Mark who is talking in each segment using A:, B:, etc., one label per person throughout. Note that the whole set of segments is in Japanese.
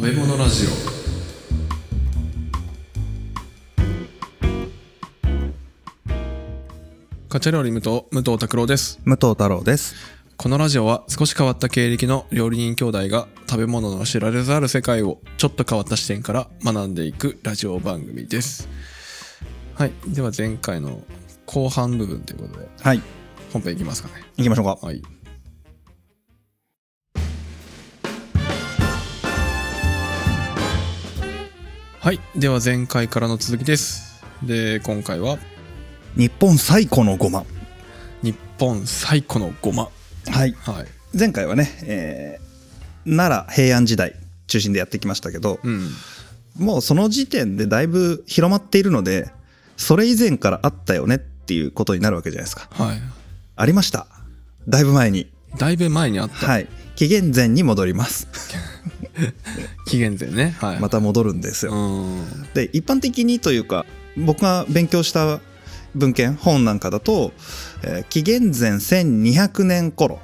A: べ物ラジオカチャ料理無糖武藤拓郎です
B: 武藤太郎です。
A: このラジオは少し変わった経歴の料理人兄弟が食べ物の知られざる世界をちょっと変わった視点から学んでいくラジオ番組ですはいでは前回の後半部分ということで
B: はい、
A: 本編いきますかね
B: 行きましょうか。
A: はいはいでは前回からの続きですで今回は
B: 日本最古のごま。
A: 日本最古のごま
B: はい、
A: はい
B: 前回はね、えー奈良平安時代中心でやってきましたけど、
A: うん
B: もうその時点でだいぶ広まっているので、それ以前からあったよねっていうことになるわけじゃないですか。
A: はい
B: ありました。だいぶ前に。
A: だいぶ前にあった
B: はい。紀元前に戻ります。
A: 紀元前ねはい
B: また戻るんです
A: う
B: よ。
A: ん
B: で、一般的にというか、僕が勉強した文献、本なんかだと、えー紀元前1200年頃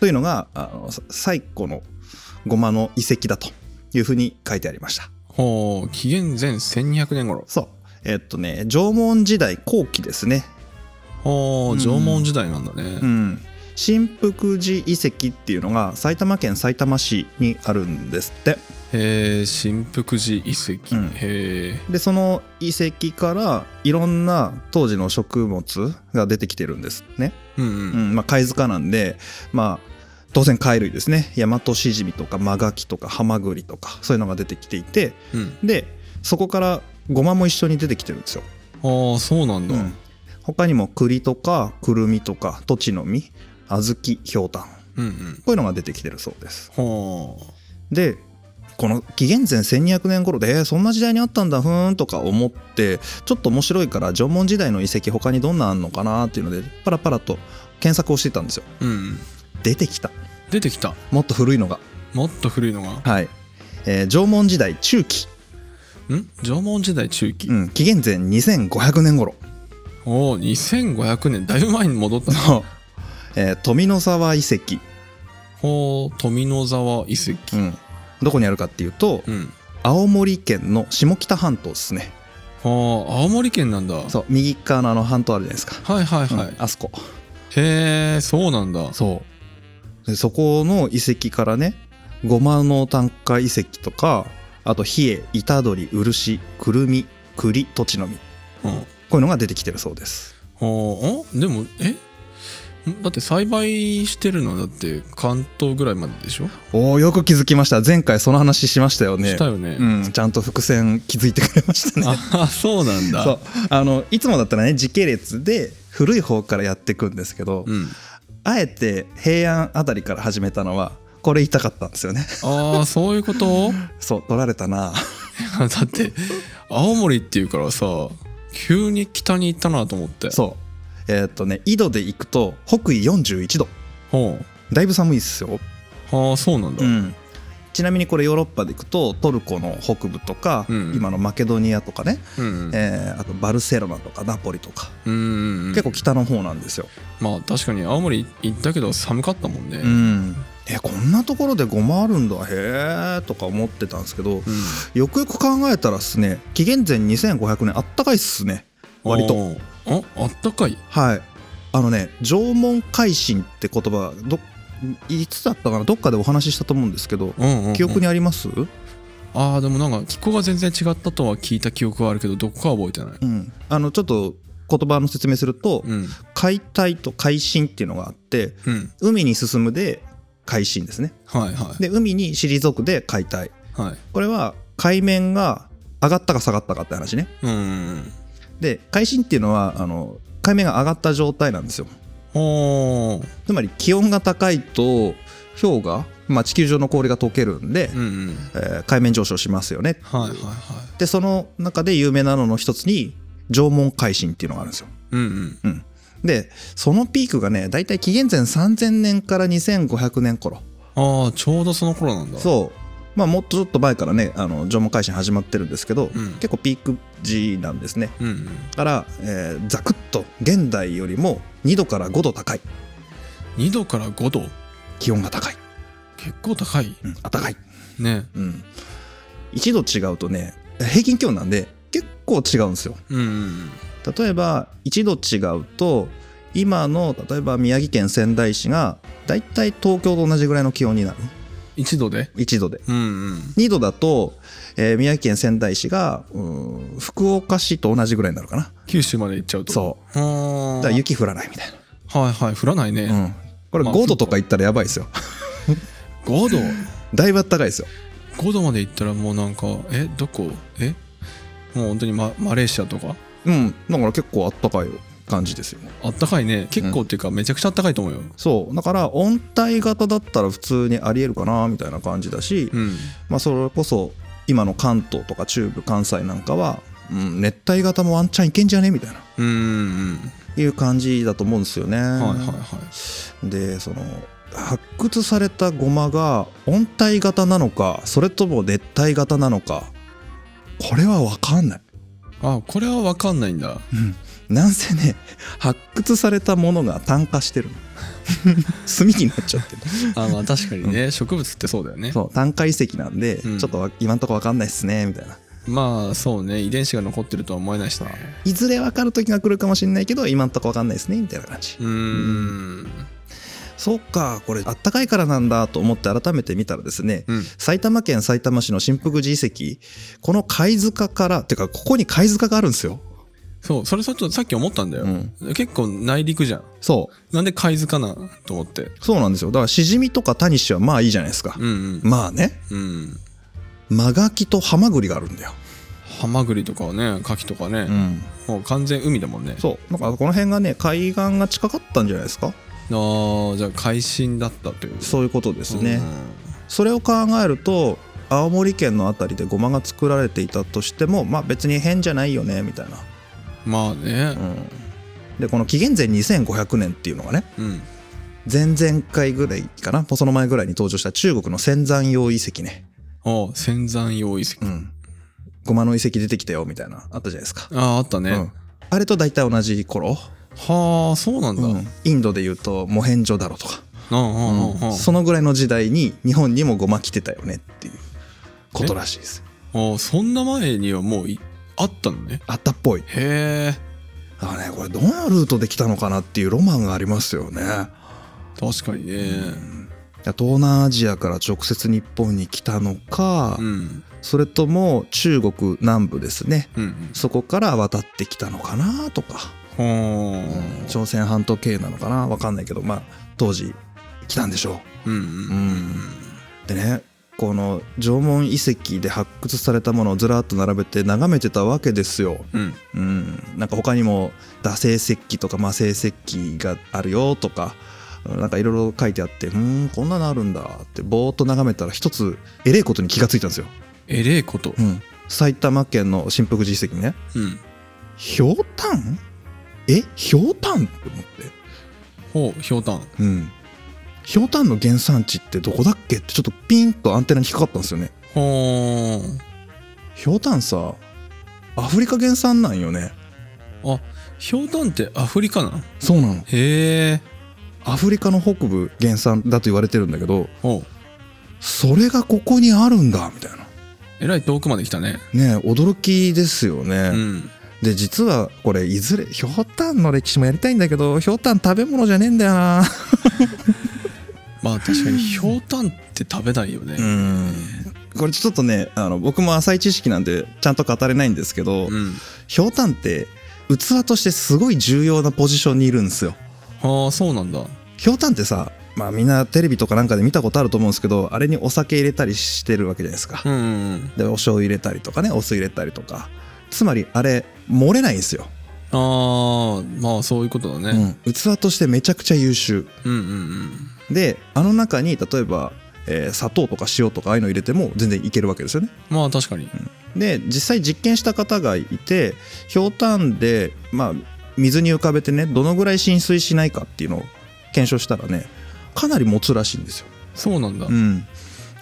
B: というのが、あのさ最古のゴマの遺跡だというふうに書いてありました。
A: ほう紀元前1200年頃
B: そう。えっとね、縄文時代後期ですね。
A: ほう縄文時代なんだ
B: う
A: ね
B: ん。新福寺遺跡っていうのが埼玉県埼玉市にあるんですって。
A: へえ新福寺遺跡
B: うん
A: へえ
B: でその遺跡からいろんな当時の食物が出てきてるんですね、
A: うん
B: う
A: うん
B: んまあ、貝塚なんで、まあ、当然貝類ですねヤマトシジミとかマガキとかハマグリとかそういうのが出てきていて
A: うん
B: でそこからゴマも一緒に出てきてるんですよ、
A: ああそうなん
B: う
A: だ、
B: ん、他にも栗とかくるみとかトチの実小豆ひょうたんこ
A: うんうん。
B: ういうのが出てきてるそうです
A: ほ
B: でこの紀元前1200年頃でえーそんな時代にあったんだふーんとか思ってちょっと面白いから縄文時代の遺跡他にどんなあんのかなっていうのでパラパラと検索をしてたんですよ
A: う。うん。
B: 出てきた
A: 出てきた。
B: もっと古いのが
A: もっと古いのが。
B: はい、えー縄文時代中期、
A: ん縄文時代中期。
B: うん、紀元前2500年 頃
A: おお、2500年。だいぶ前に戻ったな。
B: の、えー富の沢遺跡、
A: ほう、富野沢遺
B: う
A: 跡。
B: ん、どこにあるかっていうと
A: うん。
B: 青森県の下北半島ですね
A: ほう、青森県なんだ。
B: そう右側のあの半島あるじゃないですか、
A: はいはいはい。
B: うんあそこ
A: へえ、そうなんだ。
B: そうでそこの遺跡からねごまの炭化遺跡とかあと冷え虎取漆くるみ栗土地の実
A: うん。
B: こういうのが出てきてるそうです
A: ほう、んでも、えんだって栽培してるのはだって関東ぐらいまででしょ、
B: おおよく気づきました前回その話しましたよね
A: したよね。
B: うん、ちゃんと伏線気づいてくれましたね
A: ああ、そうなんだ。
B: そうあのいつもだったらね時系列で古い方からやっていくんですけど、
A: うん。
B: あえて平安あたりから始めたのはこれ言いたかったんですよね
A: ああ、そういうこと
B: そう取られたな
A: だって青森っていうからさ急に北に行ったなと思って
B: そうえーっとね井戸で行くと北緯41度
A: ほ
B: だいぶ寒いですよ、
A: うああそうなんだ、
B: うん、ちなみにこれヨーロッパで行くとトルコの北部とか、
A: うん
B: 今のマケドニアとかね、
A: うんうん
B: えーあとバルセロナとかナポリとか、
A: うんうんうん
B: 結構北の方なんですよ
A: まあ確かに青森行ったけど寒かったもんね
B: うん、えこんなところでゴマあるんだへえとか思ってたんですけど
A: うん
B: よくよく考えたらっすね紀元前2500年あったかいっすね割と
A: おーああったかい
B: はいあのね縄文海進って言葉どいつだったかなどっかでお話ししたと思うんですけど
A: うんうんうん、
B: 記憶にあります、
A: ああでもなんか気候が全然違ったとは聞いた記憶はあるけどどこかは覚えてない
B: うん、あのちょっと言葉の説明すると、
A: うん
B: 解体と海進っていうのがあって
A: うん
B: 海に進むで海進ですね
A: はいはい
B: で海に退くで解体
A: はい
B: これは海面が上がったか下がったかって話ね
A: うんうんうん
B: で海進っていうのはあの海面が上がった状態なんですよ
A: ほ
B: つまり気温が高いと氷河、まあ、地球上の氷が溶けるんで
A: う、うんうん
B: えー海面上昇しますよね
A: はいはいはい
B: でその中で有名なのの一つに縄文海進っていうのがあるんですよ
A: うんうん
B: でそのピークがねだいたい紀元前3000年から2500年頃
A: ああちょうどその頃なんだ
B: そうまあもっとちょっと前からねあの縄文海進始まってるんですけど、
A: ん
B: 結構ピーク時なんですね
A: ううんうん
B: だから、えーザクッと現代よりも2度から5度高い
A: 2度から5度
B: 気温が高い、
A: 結構高い
B: うん、暖かい、
A: ね
B: うん、一度違うとね平均気温なんで結構違うんですよ
A: うんうん
B: 例えば一度違うと今の例えば宮城県仙台市がだいたい東京と同じぐらいの気温になる
A: 一度で
B: 一度で
A: うんうん
B: 2度だと、えー宮城県仙台市がうーん福岡市と同じぐらいになるかな
A: 九州まで行っちゃうと
B: そう
A: あ
B: うだから
A: ー
B: 雪降らないみたい
A: はいはい降らないね、
B: な、うん、これ
A: まあ
B: 5度とか行ったらやばいですよ
A: 5度
B: だいぶあったかいですよ
A: 5度まで行ったらもうなんかえどこえもう本当にママレーシアとか
B: うんだから結構あったかい感じですよね
A: あったかいね結構っていうかめちゃくちゃあったかいと思うよ
B: そうだから温帯型だったら普通にありえるかなみたいな感じだし、
A: うん
B: まあ、それこそ今の関東とか中部関西なんかは、うん、熱帯型もワンチャンいけんじゃねみたいな
A: うんうん
B: いう感じだと思うんですよね。
A: うんはいはいはい
B: でその発掘されたゴマが温帯型なのかそれとも熱帯型なのかこれは分かんない。
A: あこれは分かんないんだ
B: なんせね発掘されたものが炭化 してるの炭になっちゃってる
A: あまあ確かにね、植物ってそうだよね
B: そう炭化遺跡なんで、
A: うん
B: ちょっとわ今んとこ分かんないっすねみたいな
A: まあそうね遺伝子が残ってるとは思えないしね
B: いずれ分かる時が来るかもしんないけど今んとこ分かんないっすねみたいな感じ
A: うーん
B: そうかこれあったかいからなんだと思って改めて見たらですね、
A: うん
B: 埼玉県埼玉市の新福寺遺跡この貝塚からてかここに貝塚があるんですよ、
A: そうそれちょっとさっき思ったんだよ、
B: うん
A: 結構内陸じゃん
B: そう
A: なんで貝塚なんと思って
B: そうなんですよだからしじみとかタニシはまあいいじゃないですか、
A: うんうん
B: まあね
A: うん
B: マガキとハマグリがあるんだよ、
A: ハマグリとかはねカキとかね、
B: ん、
A: もう完全海だもんね
B: そうなんかこの辺がね海岸が近かったんじゃないですか
A: あーじゃあ海進だったという
B: そういうことですね、
A: うん
B: それを考えると青森県の辺りでごまが作られていたとしてもまあ別に変じゃないよねみたいな
A: まあね
B: うん、でこの紀元前2500年っていうのがね
A: うん
B: 前々回ぐらいかなその前ぐらいに登場した中国の仙山用遺跡ね
A: ああ仙山用遺跡
B: うんゴマの遺跡出てきたよみたいなあったじゃないですか、
A: あああったね、
B: うん、あれと大体同じ頃、
A: はあそうなんだ、うん、
B: う
A: うん
B: んインドで言うとモヘンジョダロとか、
A: うんうん
B: うんそのぐらいの時代に日本にもゴマ来てたよねっていうことらしいです
A: ああそんな前にはもういあったのね
B: あったっぽい
A: へえ
B: だからねこれどのルートで来たのかなっていうロマンがありますよね
A: 確かにね
B: 東南アジアから直接日本に来たのか、
A: うん
B: それとも中国南部ですね
A: うんうん
B: そこから渡ってきたのかなとか、
A: ほー
B: 朝鮮半島経由なのかなわかんないけどまあ当時来たんでしょ
A: うんう
B: う、
A: ん
B: でねこの縄文遺跡で発掘されたものをずらっと並べて眺めてたわけですよ、
A: うん
B: うん、なんか他にも打製石器とか魔製石器があるよとかなんかいろいろ書いてあってうーんこんなのあるんだってぼーっと眺めたら一つえれえことに気がついたんですよ
A: えれえこと
B: うん、埼玉県の新福寺遺跡ね
A: うん
B: ひょうたんえひょうたんって思って
A: ほうひょうたん
B: うんひょうたんの原産地ってどこだっけってちょっとピンとアンテナに引っかかったんですよね
A: ほー
B: ひょうたんさアフリカ原産なんよね
A: あひょうたんってアフリカなん
B: そうなの
A: へえ
B: アフリカの北部原産だと言われてるんだけど
A: ほう
B: それがここにあるんだみたいな
A: えらい遠くまで来たね
B: ねえ驚きですよね、
A: うん
B: で実はこれいずれひょうたんの歴史もやりたいんだけどひょうたん食べ物じゃねえんだよな
A: まあ確かにひょうたんって食べないよね
B: うんこれちょっとねあの僕も浅い知識なんでちゃんと語れないんですけ
A: う
B: ど、
A: ん
B: ひょうたんって器としてすごい重要なポジションにいるんですよ
A: ああそうなんだ
B: ひょうたんってさまあみんなテレビとかなんかで見たことあると思うんですけどあれにお酒入れたりしてるわけじゃないですか、
A: うんうんうん
B: でお醤油入れたりとかねお酢入れたりとかつまりあれ漏れないんですよ、
A: ああまあそういうことだ
B: う
A: ね
B: ん、器としてめちゃくちゃ優秀
A: うんうんうん
B: であの中に例えば、えー砂糖とか塩とかああいうの入れても全然いけるわけですよね
A: まあ確かに
B: で実際実験した方がいてひょうたんで、まあ、水に浮かべてねどのぐらい浸水しないかっていうのを検証したらねかなり持つらしいんですよ。
A: そうなんだ
B: うん、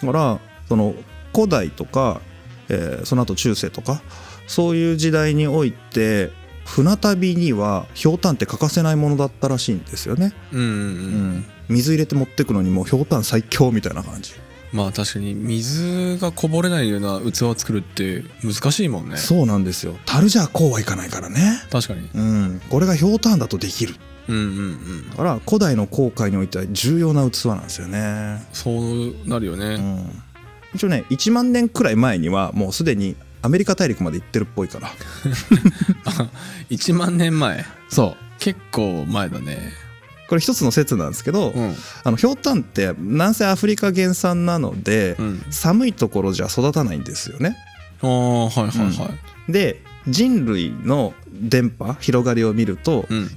B: だからその古代とか、えーその後中世とかそういう時代において船旅にはひょうたんって欠かせないものだったらしいんですよね。
A: うんうんうん
B: 水入れて持ってくのにもうひょうたん最強みたいな感じ。
A: まあ確かに水がこぼれないような器を作るって難しいもんね
B: そうなんですよ樽じゃこうはいかないからね
A: 確かに
B: うんこれがひょうたんだとできる
A: うんうんうん
B: だから古代の航海においては重要な器なんですよね
A: そうなるよ
B: う
A: ね、
B: ん一応ね1万年くらい前にはもうすでにアメリカ大陸まで行ってるっぽいから
A: 1万年前
B: そう
A: 結構前だね
B: これ一つの説なんですけど、
A: うん
B: あのひょうたんって南西アフリカ原産なので、
A: うん
B: 寒いところじゃ育たないんですよね
A: ああはいはいはい
B: で人類の電波広がりを見ると、
A: うん、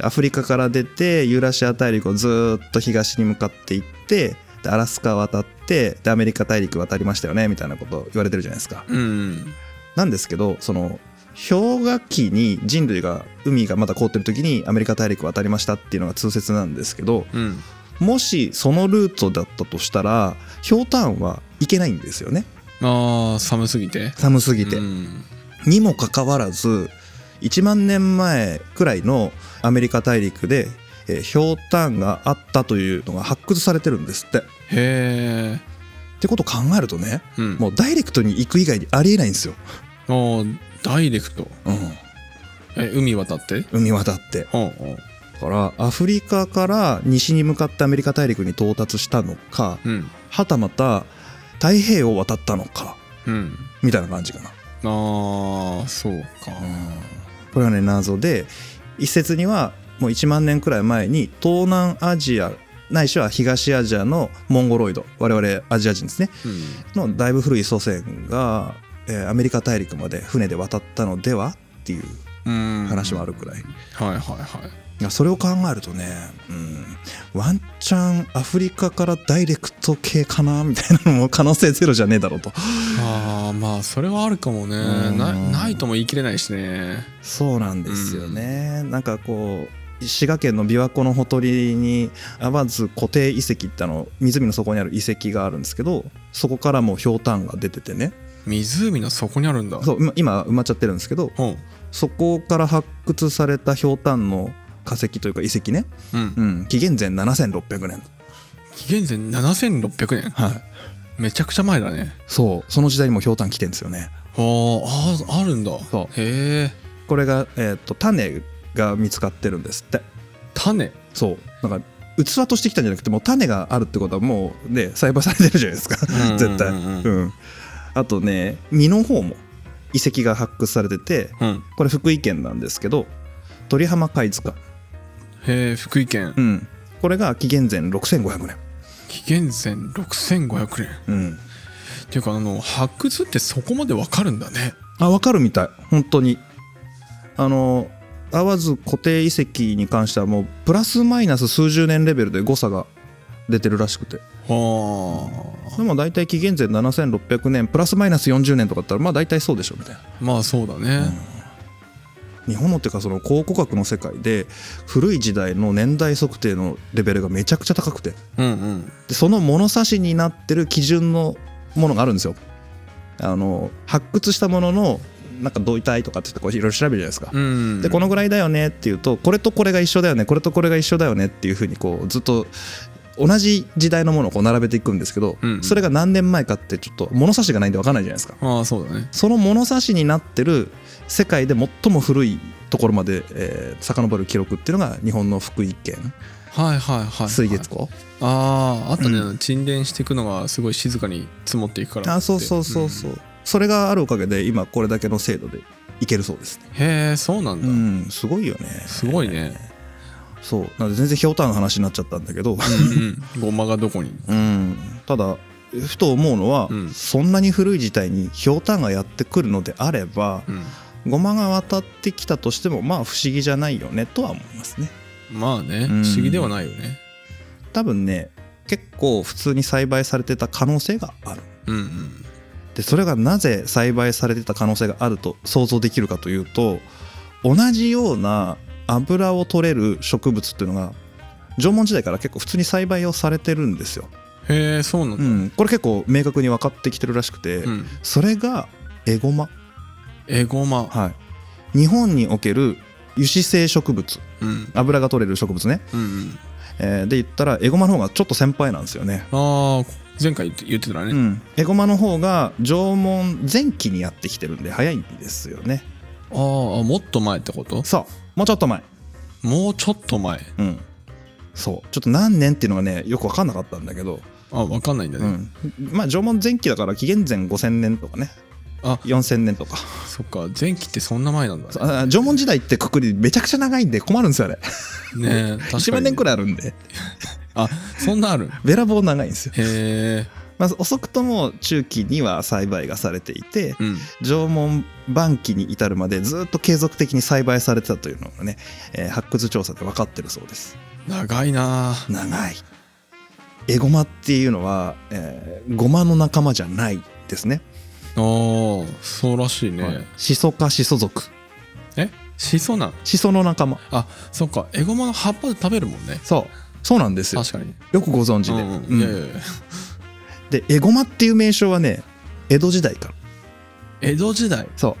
B: アフリカから出てユーラシア大陸をずーっと東に向かっていってでアラスカ渡ってでアメリカ大陸渡りましたよねみたいなこと言われてるじゃないですか。
A: うん
B: なんですけどその氷河期に人類が海がまだ凍ってる時にアメリカ大陸渡りましたっていうのが通説なんですけど
A: うん
B: もしそのルートだったとしたら氷たんは行けないんですよね
A: ああ寒すぎて
B: 寒すぎて。
A: うん
B: にもかかわらず1万年前くらいのアメリカ大陸で、えー、氷炭があったというのが発掘されてるんですって。っ
A: へえ
B: てことを考えるとね
A: うん
B: もうダイレクトに行く以外にありえないんですよ。
A: あーダイレクト
B: うん、
A: え海渡って
B: 海渡って。
A: うんうん
B: だからアフリカから西に向かってアメリカ大陸に到達したのか
A: うん
B: はたまた太平洋を渡ったのか
A: うん
B: みたいな感じかな。
A: ああそうか
B: これはね謎で一説にはもう1万年くらい前に東南アジアないしは東アジアのモンゴロイド我々アジア人ですね
A: うん
B: のだいぶ古い祖先が、えーアメリカ大陸まで船で渡ったのではっていう
A: うん
B: 話もあるくらいい
A: はいはいはい
B: やそれを考えるとね、うん、ワンチャンアフリカからダイレクト系かなみたいなのも可能性ゼロじゃねえだろうと
A: ああまあそれはあるかもね
B: うん
A: なないとも言い切れないしね
B: そうなんですよね、なんかこう滋賀県の琵琶湖のほとりにまず固定遺跡ってあの湖の底にある遺跡があるんですけどそこからもうひょうたんが出ててね
A: 湖の底にあるんだ
B: そう今今埋まっちゃってるんですけど
A: うん
B: そこから発掘されたひょうたんの化石というか遺跡ね、
A: うん
B: うん、紀元前7600年、
A: 紀元前7600年
B: はい、
A: めちゃくちゃ前だね
B: そうその時代にもひょうたん来てんですよね
A: あーあーあるんだ
B: そう
A: へえ
B: これが、えー、と種が見つかってるんですって
A: 種
B: そうなんか器としてきたんじゃなくてもう種があるってことはもうね栽培されてるじゃないですか絶対
A: うんうんうん
B: うんあとね実の方も遺跡が発掘されてて
A: うん
B: これ福井県なんですけど鳥浜貝塚
A: へえ福井県
B: うんこれが紀元前6500年
A: 紀元前6500年
B: うん
A: っていうかあの発掘ってそこまでわかるんだね
B: あ分かるみたい本当にあの淡津固定遺跡に関してはもうプラスマイナス数十年レベルで誤差が出てるらしくて
A: あ
B: でも大体紀元前7600年プラスマイナス40年とかだったらまあ大体そうでしょみたいな
A: あまあそうだね
B: 日本のっていうかその考古学の世界で古い時代の年代測定のレベルがめちゃくちゃ高くて
A: うんうん
B: でその物差しになってる基準のものがあるんですよあの発掘したもののなんか同体とかって言ってこういろいろ調べるじゃないですか
A: う、ん
B: でこのぐらいだよねっていうとこれとこれが一緒だよねこれとこれが一緒だよねっていうふうにこうずっと同じ時代のものをこう並べていくんですけど、
A: うんうん
B: それが何年前かってちょっと物差しがないんで分かんないじゃないですか
A: ああそうだね
B: その物差しになってる世界で最も古いところまで、えー、遡る記録っていうのが日本の福井県
A: はいはいはいはい
B: 水月湖、
A: あああとね、
B: う
A: 沈殿していくのがすごい静かに積もっていくからって
B: あそうそうそうそう、
A: ん
B: それがあるおかげで今これだけの精度でいけるそうですね
A: へえそうなん
B: う
A: だ、
B: んすごいよね
A: すごいね
B: そうなので全然ひょうたんの話になっちゃったんだけど
A: うんうんごまがどこに
B: うんただふと思うのは、
A: うん
B: そんなに古い時代にひょうたんがやってくるのであれば
A: うん
B: ごまが渡ってきたとしてもまあ不思議じゃないよねとは思いますね
A: まあね
B: うん
A: 不思議ではないよね
B: 多分ね結構普通に栽培されてた可能性がある
A: うんうん
B: でそれがなぜ栽培されてた可能性があると想像できるかというと同じような油を取れる植物っていうのが縄文時代から結構普通に栽培をされてるんですよ、
A: へえそうなん
B: う
A: だ、
B: ん、これ結構明確に分かってきてるらしくて、
A: うん、
B: それがエゴマ
A: エゴマ
B: はい日本における油脂性植物
A: うん
B: 油が取れる植物ね
A: うんうん
B: えーで言ったらエゴマの方がちょっと先輩なんですよね。
A: ああ前回言って言ってたね、
B: うん、エゴマの方が縄文前期にやってきてるんで早いんですよね
A: ああもっと前ってこと
B: そうもうちょっと前
A: もうちょっと前
B: うんそうちょっと何年っていうのがねよく分かんなかったんだけど、
A: あ分かんないんだね、
B: うん、まあ縄文前期だから紀元前5000年とかね
A: あ
B: 4000年とか
A: そっか前期ってそんな前なんだ
B: そうあ縄文時代ってくくりめちゃくちゃ長いんで困るんですよあれ
A: ねねえ確かに
B: 1万年くらいあるんで
A: あそんなある
B: べらぼう長いんですよ、
A: へえ
B: まあ、遅くとも中期には栽培がされていて
A: うん
B: 縄文晩期に至るまでずっと継続的に栽培されてたというのがね、えー発掘調査で分かってるそうです
A: 長いなあ
B: 長いエゴマっていうのは、えーゴマの仲間じゃないですね
A: おーそうらしいね、
B: はいシソ科シソ属
A: えシソなん
B: シソの仲間
A: あそっかエゴマの葉っぱで食べるもんね
B: そうそうなんですよ
A: 確かに
B: よくご存知で、
A: うん
B: う
A: うんんいやいやいや
B: でエゴマっていう名称はね江戸時代から
A: 江戸時代
B: そう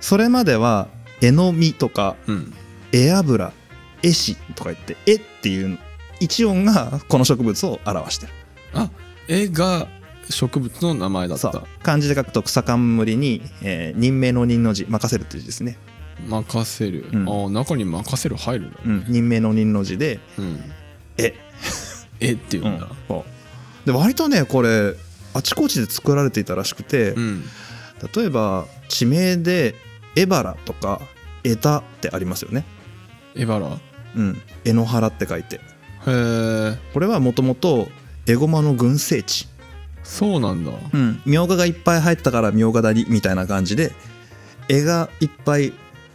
B: それまでは「絵の実」とか
A: うん
B: 「絵油」「絵師」とか言って「絵」っていう一音がこの植物を表してる
A: あ絵が植物の名前だっ
B: そう
A: た
B: 漢字で書くと草冠に、えー任命の任の字任せるっていう字ですね、
A: 任せる、
B: うん
A: ああ中に任せる入るんだ、
B: うん、任命の任の字で
A: うん、
B: 絵
A: 絵っていうんだ
B: そうで割とねこれあちこちで作られていたらしくて、
A: うん
B: 例えば地名で「エバラ」とか「エタ」ってありますよね。
A: エバラ
B: うん、江ノ原って書いて
A: へえ
B: これはもともとエゴマの群生地、
A: そうなんだ
B: うん、ミョウガがいっぱい入ったからミョウガ谷みたいな感じで絵がいっぱい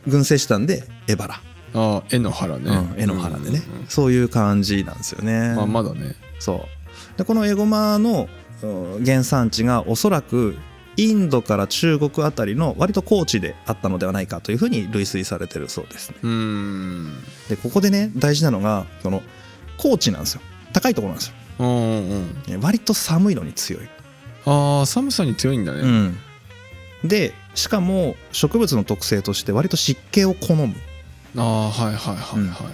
B: 群生したんでエバラ、
A: ああ絵の原ね、
B: うん、江ノ原でね、
A: うんうんうん
B: そういう感じなんですよね。
A: まあまだね
B: そうでこのエゴマのうん原産地がおそらくインドから中国あたりの割と高地であったのではないかというふうに類推されてるそうですね
A: うーん
B: でここでね大事なのがこの高地なんですよ高いところなんですよ
A: うんうん
B: ね割と寒いのに強い、
A: ああ寒さに強いんだね、
B: うん、でしかも植物の特性として割と湿気を好む
A: ああはいはいはいは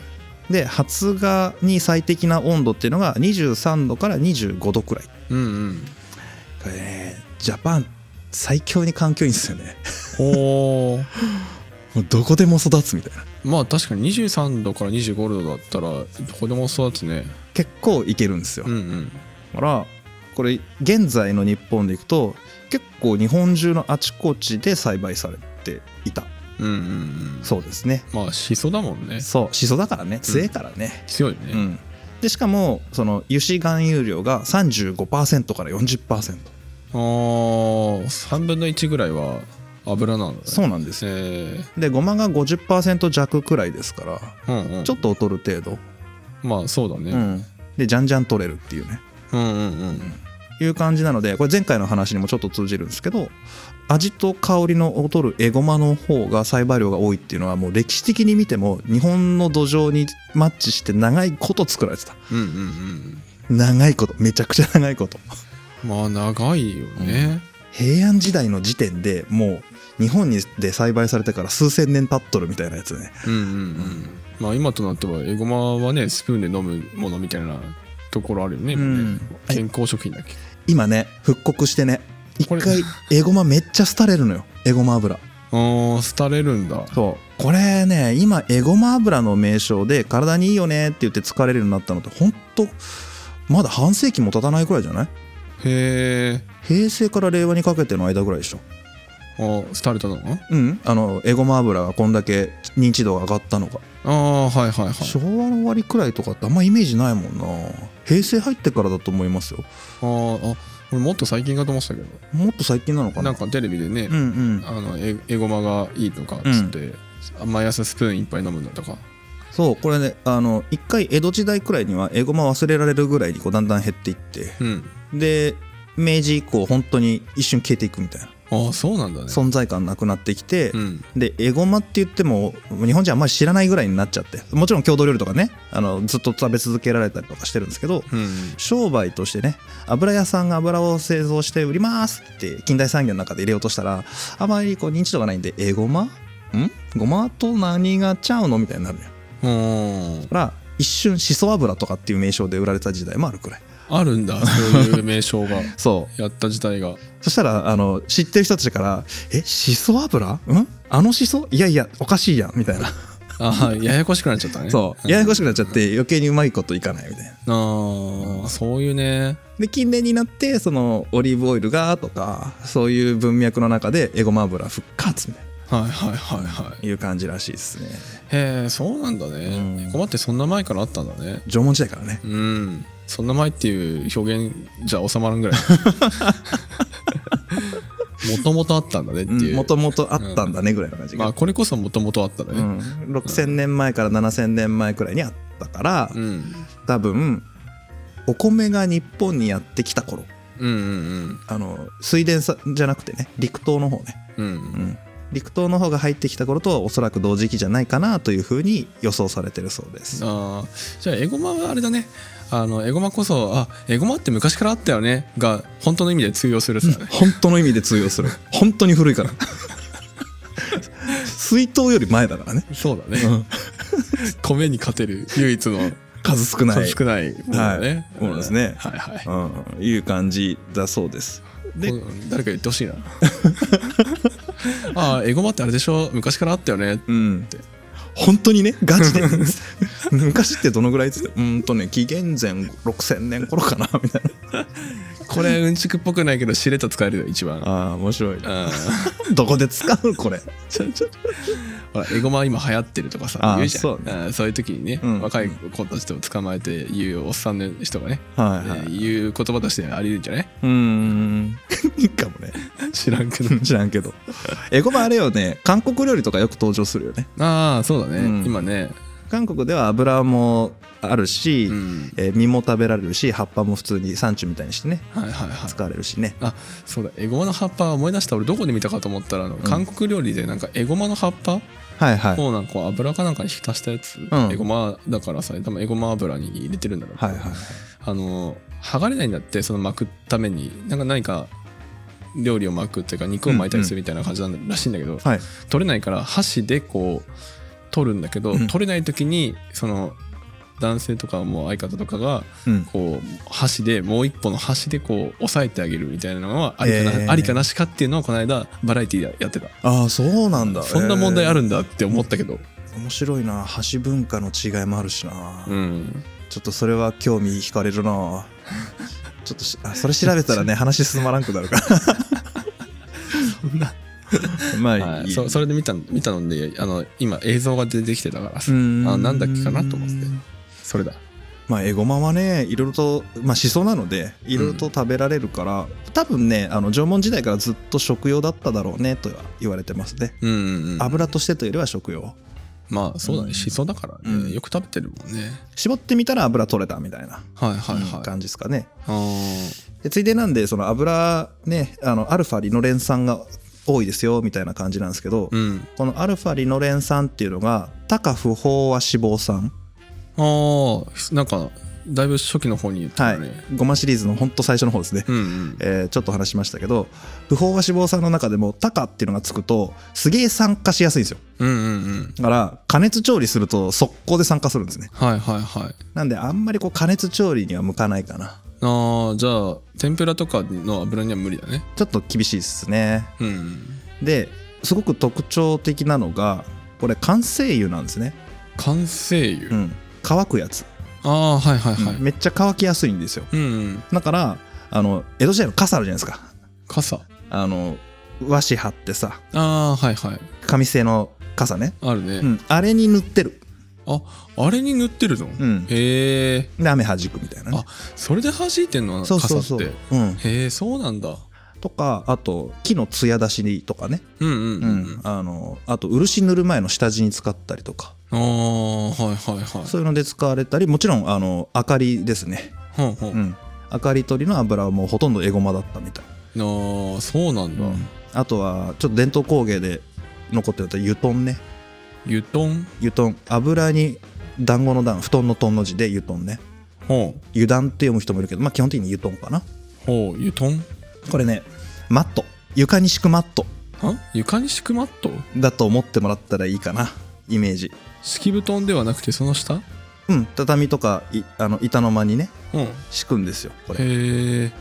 A: い、
B: で発芽に最適な温度っていうのが23度から25度くらい
A: うん、うん
B: これねジャパン最強に環境いいんですよね
A: おー
B: もうどこでも育つみたいな
A: まあ確かに23度から25度だったらどこでも育つね
B: 結構いけるんですよ、
A: うん
B: だ
A: うん
B: からこれ現在の日本でいくと結構日本中のあちこちで栽培されていた
A: うんうんうん
B: そうですね
A: まあシソだもんね
B: そうシソだからね強いからね
A: 強い
B: うん、
A: ね、
B: でしかもその油脂含有量が35%から40%
A: ああ3分の1ぐらいは油なんだね
B: そうなんですよ
A: えー
B: でごまが50%弱くらいですから
A: うんうん、
B: ちょっと劣る程度、
A: まあそうだ
B: う
A: ね、
B: ん、でじゃんじゃん取れるっていうね
A: うん、うんうん
B: いう感じなのでこれ前回の話にもちょっと通じるんですけど味と香りの劣るエゴマの方が栽培量が多いっていうのはもう歴史的に見ても日本の土壌にマッチして長いこと作られてた
A: うんうんうん
B: 長いことめちゃくちゃ長いこと
A: うんまあ長いよね、
B: 平安時代の時点でもう日本にで栽培されてから数千年経っとるみたいなやつね
A: うん、うんうんまあ今となってはエゴマはねスプーンで飲むものみたいなところあるよね,、
B: うん
A: 健康食品だっけ
B: 今ね復刻してね一
A: これ
B: 回エゴマめっちゃ廃れるのよエゴマ油
A: ああ廃れるんだ
B: そうこれね今エゴマ油の名称で体にいいよねって言って疲れるようになったのってほんとまだ半世紀も経たないくらいじゃない
A: へえ
B: 平成から令和にかけての間ぐらいでしょ
A: 廃れたのか
B: うんあのエゴマ油がこんだけ認知度が上がったのが
A: ああはいはいはい
B: 昭和の終わりくらいとかってあんまイメージないもんな平成入ってからだと思いますよ
A: あーあ俺もっと最近かと思ってたけど
B: もっと最近なのか
A: な
B: な
A: んかテレビでね、
B: うんうん
A: あのエエゴマがいいとかっつって、毎朝スプーン一杯飲むのとか
B: そうこれねあの一回江戸時代くらいにはエゴマ忘れられるぐらいにこうだんだん減っていって
A: うん
B: で明治以降本当に一瞬消えていくみたいな
A: ああそうなんだね
B: 存在感なくなってきて、
A: うん
B: でエゴマって言っても日本人あんまり知らないぐらいになっちゃってもちろん郷土料理とかねあのずっと食べ続けられたりとかしてるんですけど、
A: うん
B: 商売としてね油屋さんが油を製造して売りますって近代産業の中で入れようとしたらあまりこう認知度がないんでエゴマんゴマと何がちゃうのみたいになるのよ
A: うん
B: だから一瞬シソ油とかっていう名称で売られた時代もあるくらい
A: あるんだそういう名称が
B: そう
A: やった時代が
B: そしたら、あの、知ってる人たちから、え、シソ油んあのシソいやいや、おかしいやん、みたいな。
A: ああややこしくなっちゃったね
B: そう。ややこしくなっちゃって、余計にうまいこといかないみたいな。
A: ああそういうね
B: で、近年になって、その、オリーブオイルが、とか、そういう文脈の中で、エゴマ油復活、みたい
A: は
B: な、
A: いはいはいはい
B: いう感じらしいですね。
A: へえそうなんだね
B: うん
A: 困ってそんな前からあったんだね
B: 縄文時代からね。
A: うんそんな前っていう表現じゃ収まらん ぐらいもともとあったんだねっていう、
B: もともとあったんだね、ぐらいの感じ
A: ま
B: が。
A: あこれこそもともとあったんだ
B: う
A: ね
B: ん、6000年前から7000年前くらいにあったから、
A: うん、
B: 多分お米が日本にやってきた頃
A: うん、うん
B: あの水田さじゃなくてね陸東の方ね、
A: うんう
B: うんん、陸東の方が入ってきた頃とはおそらく同時期じゃないかなというふうに予想されてるそうです
A: あーじゃあエゴマはあれだねあのエゴマこそあエゴマって昔からあったよねが本当の意味で通用するさね
B: 本当の意味で通用する本当に古いから水筒より前だからね、
A: そうだね
B: うん、
A: 米に勝てる唯一の
B: 数少ない
A: 数少ないものだね、
B: はいものですね
A: はいはい
B: うん、いう感じだそうですで
A: うん誰か言ってほしいなああエゴマってあれでしょ昔からあったよね
B: うん本当にねガチで昔ってどのぐらいっつってうんとね紀元前6000年頃かなみたいな
A: これうんちくっぽくないけど知れた使えるよ一番
B: ああ面白いな
A: あ
B: どこで使うこれ
A: ちょちょほらエゴマ今流行ってるとかさ
B: あー
A: 言うじゃん
B: そうね
A: あーそういう時にね、
B: うん
A: 若い子たちと捕まえて言うおっさんの人がね、
B: はい
A: えー言う言葉としてあり得るんじゃない
B: うーん。いいかもね。
A: 知らんけど
B: 知らんけど。エゴマあれよね、韓国料理とかよく登場するよね。
A: ああそうだね、
B: うん
A: 今ね、
B: 韓国では油もあるし、
A: うん、
B: えー実も食べられるし、葉っぱも普通にサンチュみたいにしてね、
A: はいはいはい
B: 使われるしね。
A: あそうだエゴマの葉っぱ思い出した俺どこで見たかと思ったらあの、韓国料理でなんかエゴマの葉っぱ
B: はいはい。
A: をなんかこう油かなんかに浸したやつ、
B: ん
A: エゴマだからさ多分エゴマ油に入れてるんだろうけど
B: はいはい。
A: あの剥がれないんだってその巻くためになんか何か料理を巻くっていうか肉を巻いたりするみたいな感じなんだらしいんだけど、
B: はい。
A: 取れないから箸でこう取るんだけど、
B: うん
A: 取れない時にその男性とかもう相方とかが
B: うん。
A: こう箸でもう一歩の箸でこう押さえてあげるみたいなのはありかな,、
B: へー
A: ありかなしかっていうのをこの間バラエティでやってた
B: ああ、そうなんだ。
A: そんな問題あ
B: る。
A: るんだって思ったけど、
B: 面白いな。箸文化の違いもあるしな。
A: うん、
B: ちょっとそれは興味惹かれ るな。ちょっとしあそれ調べたらね、話進まらんくなるから。
A: そんな、
B: まあ
A: はい
B: いい。
A: そそれで見た見たのであの今映像が出てきてたからさ、
B: うん
A: あなんだっけかなと思ってそれだ
B: まあ、エゴマはねいろいろと、まあ、シソなのでいろいろと食べられるから、多分ねあの縄文時代からずっと食用だっただろうねとは言われてますね、
A: うんうんうん
B: 油としてというよりは食用
A: まあそうだ
B: う
A: ね
B: ん
A: しそだからね、
B: うん
A: よく食べてるもんね
B: 絞ってみたら油取れたみたいな
A: はいはいはい、あ
B: 感じですかね、
A: ー
B: でついでなんでその油ねあのアルファリノレン酸が多いですよみたいな感じなんですけど、
A: うん
B: このアルファリノレン酸っていうのが高不飽和脂肪酸
A: あーなんかだいぶ初期の方に言って
B: は
A: た
B: い、
A: ね、
B: ごまシリーズのほんと最初の方ですね、
A: うんうん
B: えーちょっと話しましたけど不飽和脂肪酸の中でも「タカ」っていうのがつくとすげえ酸化しやすいんですよ
A: うんうんうん
B: だから加熱調理すると速攻で酸化するんですね
A: はいはいはい
B: なんであんまりこう加熱調理には向かないかな
A: あーじゃあ天ぷらとかの油には無理だね
B: ちょっと厳しいですね
A: うんうん
B: ですごく特徴的なのがこれ完成油なんですね
A: 完成油、
B: うん乾くやつ、
A: ああはいはいはい、
B: めっちゃ乾きやすいんですよ
A: うん、うん、
B: だからあの江戸時代の傘あるじゃないですか
A: 傘
B: あの和紙貼ってさ
A: ああーはいはい
B: 紙製の傘ね、
A: あるね、
B: うん、あれに塗ってる、
A: ああれに塗ってるの、
B: うん、
A: へえ
B: で雨弾くみたいなね
A: あそれで弾いてんの
B: そう
A: 傘って
B: そうそう、うん、
A: へえそうなんだ
B: とかあと木の艶出しとかね、
A: うんうん
B: う
A: うんん、
B: あのあと漆塗る前の下地に使ったりとか
A: ああはいはいはい
B: そういうので使われたりもちろんあの明かりですね、
A: ほんほ
B: うんん、明かり取りの油はもうほとんどエゴマだったみたい、
A: ああそうなんだ、
B: あとはちょっと伝統工芸で残ってると油団ね
A: 湯団
B: 油団油に団子の団布団の団の字で油団ね
A: ほ
B: 油団って読む人もいるけどまあ基本的に油団かな
A: うほう湯団
B: これねマット床に敷くマット
A: あ床に敷くマット
B: だと思ってもらったらいいかなイメージ
A: 敷布団ではなくてその下
B: うん、畳とかいあの板の間にね
A: うんへ
B: 敷くんですよこれ
A: え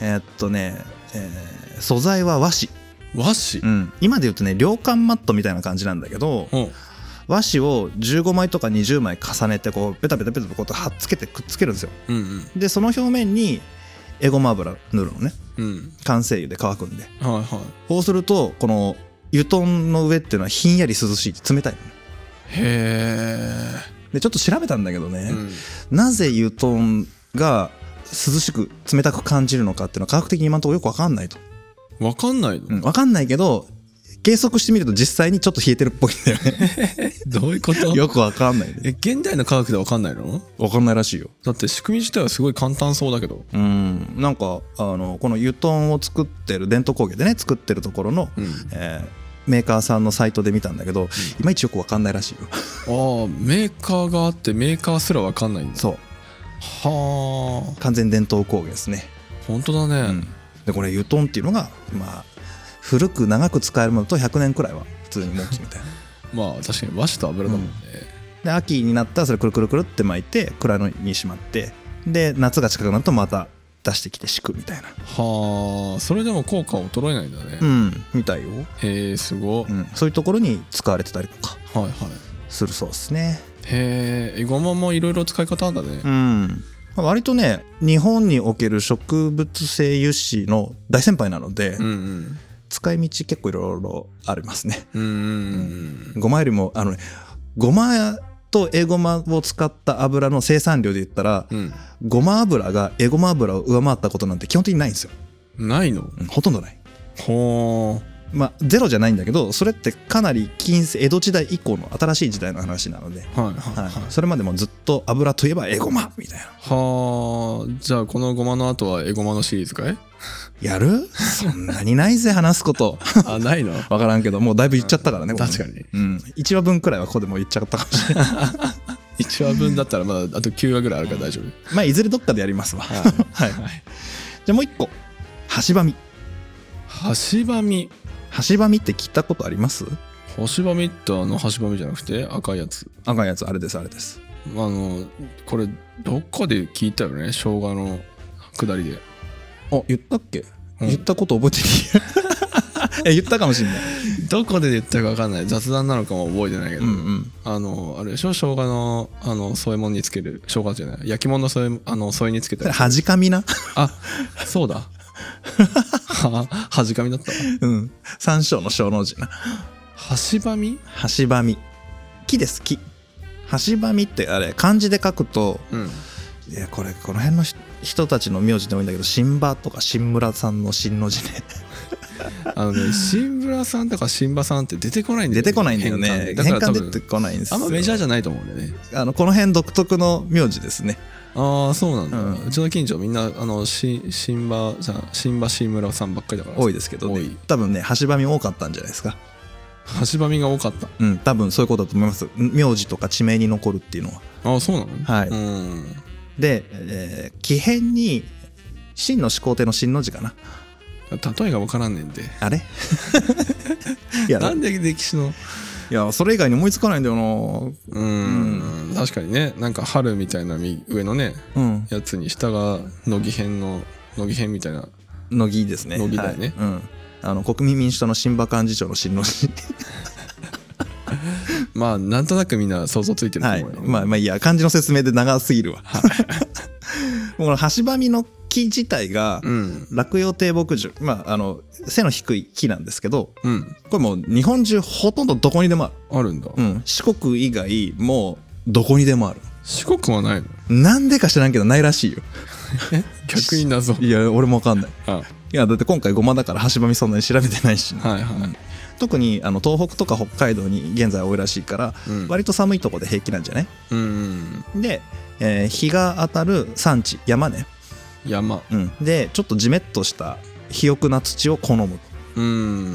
B: えーっとね、えー素材は和紙、
A: 和紙
B: うん、今で言うとね涼感マットみたいな感じなんだけど
A: うん
B: 和紙を15枚とか20枚重ねてこうベタベタベタベタこうはっつけてくっつけるんですよ
A: うん
B: でその表面にエゴマ油塗るのね
A: うんうん
B: 乾燥油で乾くんで
A: はいは
B: こうするとこの油団の上っていうのはひんやり涼しい冷たいのね
A: いへ
B: でちょっと調べたんだけどね、
A: えうん
B: なぜ油団が涼しく冷たく感じるのかっていうのは科学的に今のところよくわかんないと、
A: わかんないの
B: うん、わかんないけど計測してみると実際にちょっと冷えてるっぽいんだよね
A: どういうこと
B: よくわかんない
A: え
B: ね
A: 現代の科学でわかんないの
B: わかんないらしいよ
A: だって仕組み自体はすごい簡単そうだけど
B: うんなんかあのこの油団を作ってる伝統工芸でね作ってるところの、
A: うん
B: えーメーカーさんのサイトで見たんだけど、いまいちよくわかんないらしいよ
A: あ あメーカーがあってメーカーすらわかんないんだ
B: そう
A: はあ
B: 完全伝統工芸ですね、
A: 本当だね、
B: でこれ油団っていうのがまあ古く長く使えるものだと100年くらいは普通に持つみたいな
A: まあ確かに和紙と油だもんね、
B: で秋になったらそれくるくるくるって巻いて蔵にしまってで夏が近くなるとまた出してきて敷くみたいな
A: はあそれでも効果は衰えないんだね、
B: うんみたいよ、
A: へえすご、
B: うん、そういうところに使われてたりとか
A: はいはい
B: するそうですね
A: へえエゴマもいろいろ使い方あんだね、
B: うんまあ割とね日本における植物性油脂の大先輩なので、
A: うん、うん
B: 使い道結構いろいろありますね
A: うんうん
B: ごまよりもあのねごまとエゴマを使った油の生産量で言ったら
A: うんうん
B: ごま油がエゴマ油を上回ったことなんて基本的にないんですよ、
A: ないの
B: うん、ほとんどない
A: ほ
B: まあ、ゼロじゃないんだけどそれってかなり近世江戸時代以降の新しい時代の話なので、
A: うはいはいはい、
B: は、
A: はい
B: それまでもずっと油といえばエゴマみたいな
A: あじゃあこのゴマの後はエゴマのシリーズかい
B: やるそんなにないぜ話すこと
A: あないの
B: 分からんけどもうだいぶ言っちゃったからね、僕も
A: 確かに
B: うん、1話分くらいはここでも言っちゃったかもしれ ない
A: 1話分だったらまだあと9話ぐらいあるから大丈夫
B: まあいずれどっかでやりますわはい、じゃあもう一個端ばみ
A: 端ばみ
B: 端ばみって聞いたことあります
A: 端ばみってあの端ばみじゃなくて赤いやつ
B: 赤いやつあれですあれです
A: あのこれどっかで聞いたよね生姜の下りで
B: あ言ったっけ、
A: うん
B: 言ったこと覚えてるえ言ったかもしれない
A: どこで言ったか分かんない雑談なのかも覚えてないけど、
B: うんうん
A: あのあれでしょ生姜のあの添え物につける生姜じゃない焼き物の添えあの添えにつけ
B: そ
A: た
B: れ
A: やつ
B: はじかみな
A: あそうだははじかみだった
B: うん。山椒の小の字な。
A: 端ばみ
B: 端ばみ。木です、木。端ばみってあれ、漢字で書くと、
A: うん
B: いや、これ、この辺のひ人たちの名字でもいいんだけど、新馬とか新村さんの新の字ね。
A: あのね新村さんとか新馬さんって出てこないんだよ
B: 出てこないんだよね。
A: 変換で
B: 変
A: だから多
B: 換
A: 分
B: 出てこないんです
A: あ
B: よ。
A: んまメジャーじゃないと思うんだよね
B: あの、この辺独特の名字ですね。
A: ああそうなんだ、う
B: うん
A: ちの近所みんなあのし新馬じゃん新馬新村さんばっかりだから
B: 多い
A: で
B: ですけど
A: 多
B: ね
A: い。
B: 多分ね、端ばみ多かったんじゃないですか。
A: 端ばみが多かった
B: うん、多分そういうことだと思います。名字とか地名に残るっていうのは。
A: ああそうなの
B: はい
A: うん
B: で、えー、木片に、真の始皇帝の真の字かな。
A: 例えが分からんねんで
B: あれ いや、
A: なんで歴史の
B: いや、それ以外に思いつかないんだよな
A: うーん確かにねなんか春みたいなみ上のね
B: うん。
A: やつに下が乃木編の乃木編みたいな
B: 乃木ですね。
A: 乃木だよね
B: はいうん。あの、国民民主党の新馬幹事長の新の字。
A: まあなんとなくみんな想像ついてると
B: は
A: 思う
B: い。
A: よ、
B: まあまあいいや、漢字の説明で長すぎるわ。 もうこの橋ばみの木自体が、
A: うん
B: 落葉低木樹。まあ、あの、背の低い木なんですけど、
A: うん
B: これもう日本中ほとんどどこにでもある。
A: あるんだ、
B: うん。四国以外、もうどこにでもある。
A: 四国はないの
B: なんでか知らんけどないらしいよ。
A: 逆に謎
B: いや、俺もわかんない。
A: あ
B: いや、だって今回ごまだから橋ばみそんなに調べてないし。
A: はいはい
B: 特にあの東北とか北海道に現在多いらしいから、
A: うん
B: 割と寒いとこで平気なんじゃない
A: うん
B: で、えー日が当たる山地山ね、
A: 山
B: うん、でちょっとジメッとした肥沃な土を好む
A: うん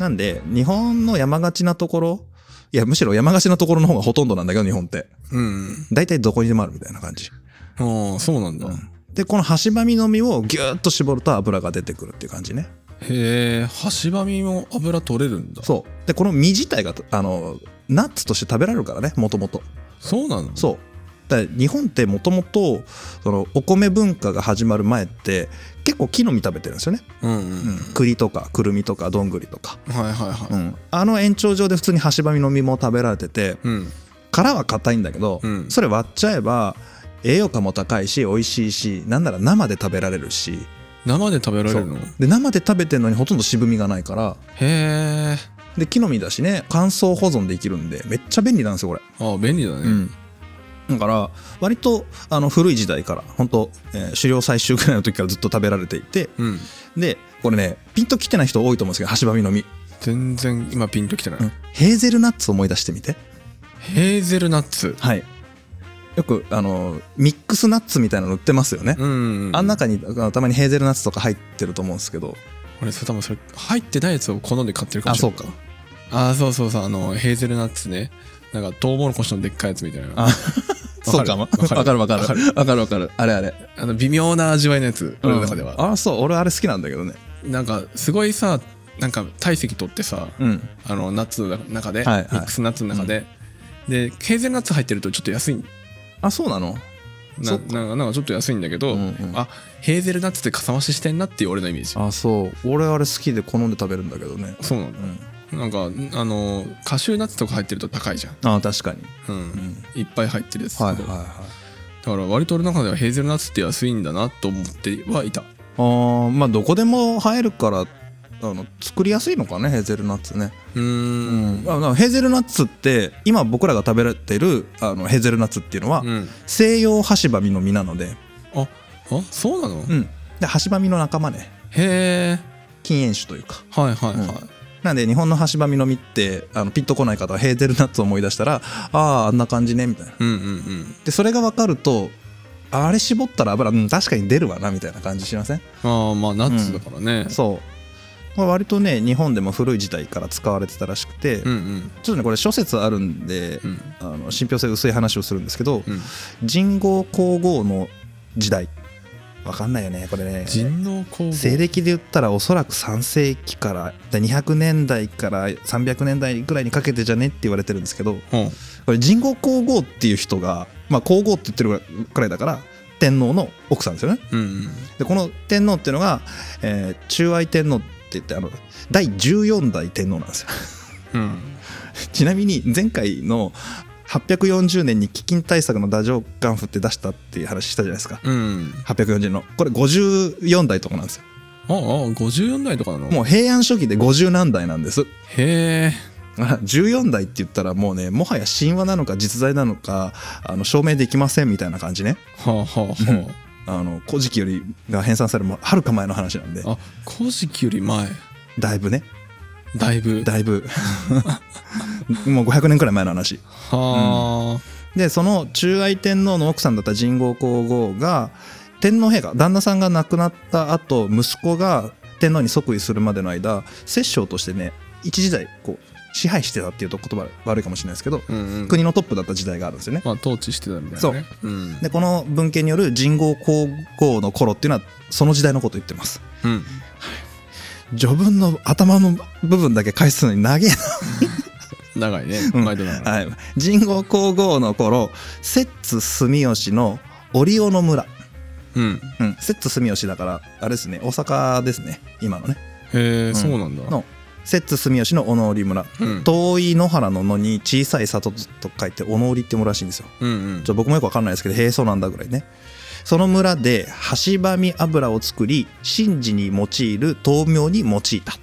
B: なんで日本の山がちなところいやむしろ山がちなところの方がほとんどなんだけど日本って
A: うん
B: 大体どこにでもあるみたいな感じ、
A: ああそうなんだ、
B: でこのハシバミの実をギューッと絞ると油が出てくるっていう感じね
A: へえ端ばみも油取れるんだそ
B: そうでこの実自体があのナッツとして食べられるからねもともと
A: うなの
B: そうだから日本ってもともとそのお米文化が始まる前って結構木の実食べてるんですよね、
A: うんうん
B: うん、栗とかくるみとかどんぐりとか、
A: はいはいは
B: う
A: い
B: ん、あの延長上で普通に端ばみの実も食べられてて
A: うん
B: 殻は硬いんだけど、
A: うん
B: それ割っちゃえば栄養価も高いし美味しいしなんなら生で食べられるし
A: 生で食べられるのへ
B: で生で食べてるのにほとんど渋みがないから
A: え
B: で木の実だしね乾燥保存できるんでめっちゃ便利なんですよこれ。
A: あ便利だ
B: う
A: ね
B: ん、だから割とあの古い時代から本当、えー狩猟採集ぐらいの時からずっと食べられていて
A: うん
B: でこれねピンときてない人多いと思うんですけどハシバミの実、
A: 全然今ピンときてない
B: うんヘーゼルナッツを思い出してみて
A: ヘーゼルナッツ
B: はいよくあのミックスナッツみたいなの売ってますよね、
A: うんうんうん
B: あん中にあのたまにヘーゼルナッツとか入ってると思うんですけど
A: 俺それ多分それ入ってないやつを好んで買ってるかも
B: あ
A: しれ
B: そ
A: ない
B: うか
A: ああそうそうそうあのヘーゼルナッツねなんかトウモロコシのでっかいやつみたいな
B: あそうかも
A: わかる
B: わかるわかるわかるわかるわかる あれあれ
A: あの微妙な味わいのやつ俺の中では
B: あそう俺あれ好きなんだけどね
A: なんかすごいさなんか体積取ってさ
B: うん
A: あのナッツの中でミ
B: はいはい
A: ックスナッツの中ででヘーゼルナッツ入ってるとちょっと安いん
B: あそうなのそ
A: な
B: っか
A: なんかなんかちょっと安いんだけど、
B: うんうん
A: あヘーゼルナッツってかさ増ししてんなっていう俺のイメージ
B: あそう俺あれ好きで好んで食べるんだけどね
A: そうなんだ
B: うん
A: なんかんあのカシューナッツとか入ってると高いじゃん、
B: あ確かに
A: うん
B: ん
A: いっぱい入ってるやつ、
B: はいはい
A: だ
B: はい
A: から割と俺の中ではヘーゼルナッツって安いんだなと思ってはいた
B: あーまあどこでも生えるからあの作りやすいのかねヘーゼルナッツね、
A: うー
B: うんあのヘーゼルナッツって今僕らが食べられてるあのヘーゼルナッツっていうのは、
A: うん
B: 西洋ハシバミの実なので,、
A: ああそうなの、
B: うん、でハシバミの仲間ね
A: へえ
B: 禁煙種というか
A: はいはいはい、
B: うんなんで日本のハシバミの実ってあのピンとこない方はヘーゼルナッツを思い出したらあああんな感じねみたいな
A: うん、うんうん
B: でそれが分かるとあれ絞ったら油、うん、確かに出るわなみたいな感じしません
A: ああまあナッツだからね、
B: そう、まあ、割とね日本でも古い時代から使われてたらしくて、
A: うん、
B: ちょ
A: うん
B: っとねこれ諸説あるんで、
A: うん
B: あの信憑性薄い話をするんですけど、
A: うん
B: 人皇皇后の時代わかんないよねこれね
A: 人狼工房
B: 西暦で言ったらおそらく3世紀からで200年代から300年代ぐらいにかけてじゃねって言われてるんですけど
A: うん
B: これ人皇皇后っていう人が、まあ、皇后って言ってるくらいだから天皇の奥さんですよね
A: うん
B: でこの天皇っていうのが、えー中愛天皇って言ってあの第14代天皇なんですよ
A: う んうん
B: ちなみに前回の840年に飢饉対策の太政官府って出したっていう話したじゃないですか
A: うん
B: 840のこれ54代とかなんですよ
A: ああ54代とかなの
B: もう平安初期で50何代なんです
A: へ え
B: あ14代って言ったらもうねもはや神話なのか実在なのかあの証明できませんみたいな感じね
A: はあはあはあ
B: あの古事記よりが編纂されるもはるか前の話なんで
A: あ、古事記より前。
B: だいぶね
A: だいぶ。
B: だいぶ もう500年くらい前の話
A: は
B: でその中愛天皇の奥さんだった神皇皇后が天皇陛下旦那さんが亡くなった後息子が天皇に即位するまでの間摂政としてね一時代こう支配してたっていうと言葉悪いかもしれないですけど
A: あ。うんうん。
B: 国のトップだった時代があるんですよね
A: まあ、統治してたみたいな、ね。
B: そう。
A: うん。
B: でこの文献による神皇皇后の頃っていうのはその時代のことを言ってます
A: うん。
B: 序文の頭の部分だけ返すのに長え
A: 長いね。
B: うん
A: 毎度長い。
B: はい、神皇皇后の頃摂津住吉の織尾の村、
A: うん。
B: うん、摂津住吉だからあれですね大阪ですね今のね
A: へえ、そうなんだ。
B: の摂津住吉の小野織村、
A: うん
B: 遠い野原の野に小さい里と書いて小野織って村らしいんですよ
A: うんうん
B: ち。ょ僕もよくわかんないですけどへえそうなんだぐらいねその村で橋ばみ油を作り神事に用いる豆苗に用いた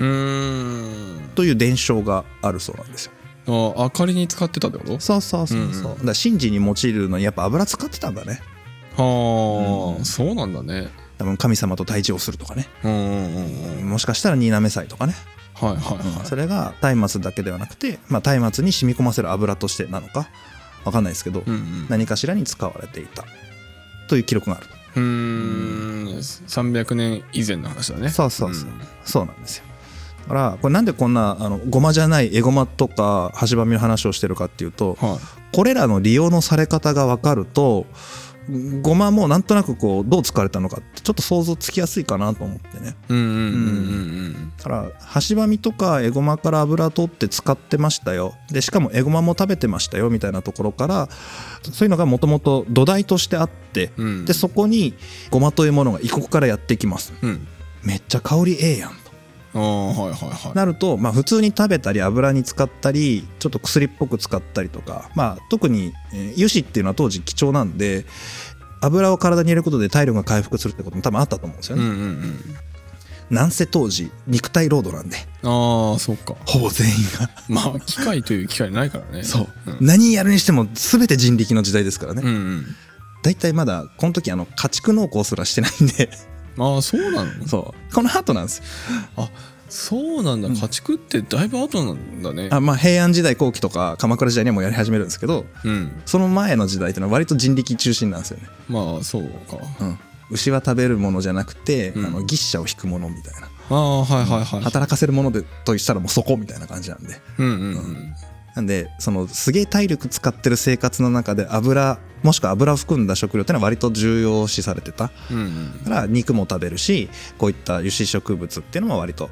A: うーん。
B: という伝承があるそうなんですよ
A: あ、明かりに使ってたってこと
B: そうそうそうそう、
A: うんうん
B: だから神事に用いるのにやっぱ油使ってたんだね
A: はあ、
B: うん
A: そうなんだね。
B: 多分神様と対峙をするとかね
A: うんうんうんうん。
B: もしかしたらニナメ祭とかね、
A: はいはいは
B: それが松明だけではなくて、まあ、松明に染み込ませる油としてなのかわかんないですけど、
A: い。うんうん。
B: 何かしらに使われていたという記録がある
A: うーん。300年以前の話だね。
B: そうそうそうんそうなんですよだからこれなんでこんなあのごまじゃないエゴマとか端ばみの話をしてるかっていうと
A: は
B: これらの利用のされ方が分かるとごまもなんとなくこうどう使われたのかってちょっと想像つきやすいかなと思ってね
A: うんうんうんうん
B: だから端ばみとかエゴマから油取って使ってましたよでしかもエゴマも食べてましたよみたいなところからそういうのがもともと土台としてあって
A: うんうん
B: でそこにごまというものが異国からやってきます
A: うん
B: めっちゃ香りええやんと
A: ああはいはいは
B: なると、まあ、普通に食べたり油に使ったりちょっと薬っぽく使ったりとか、まあ、特にえー油脂っていうのは当時貴重なんで油を体に入れることで体力が回復するってことも多分あったと思うんですよ
A: いうん
B: ね、
A: うんうん
B: なんせ当時肉体労働なんで
A: ああそっか
B: ほぼ全員が
A: まあ機械という機械ないからね
B: そう、
A: うん
B: 何やるにしても全て人力の時代ですからね、
A: うんうん
B: だいたいまだこの時あの家畜農耕すらしてないんで
A: ああそうなの
B: そうこの後なんですよ
A: そうなんだ
B: うん
A: 家畜ってだいぶ後なんだね
B: あ、まあ、平安時代後期とか鎌倉時代にはもうやり始めるんですけど
A: うん
B: その前の時代っていうのは割と人力中心なんですよね
A: まあそうか
B: うん、牛は食べるものじゃなくて、
A: うん
B: あの牛車を引くものみたいな
A: ああはいはいはい
B: 働かせるものでとしたらもうそこみたいな感じなんで
A: うんうんうん
B: なんでそのすげえ体力使ってる生活の中で油もしくは油を含んだ食料ってのは割と重要視されてたか
A: うんうん
B: ら肉も食べるしこういった油脂植物っていうのも割と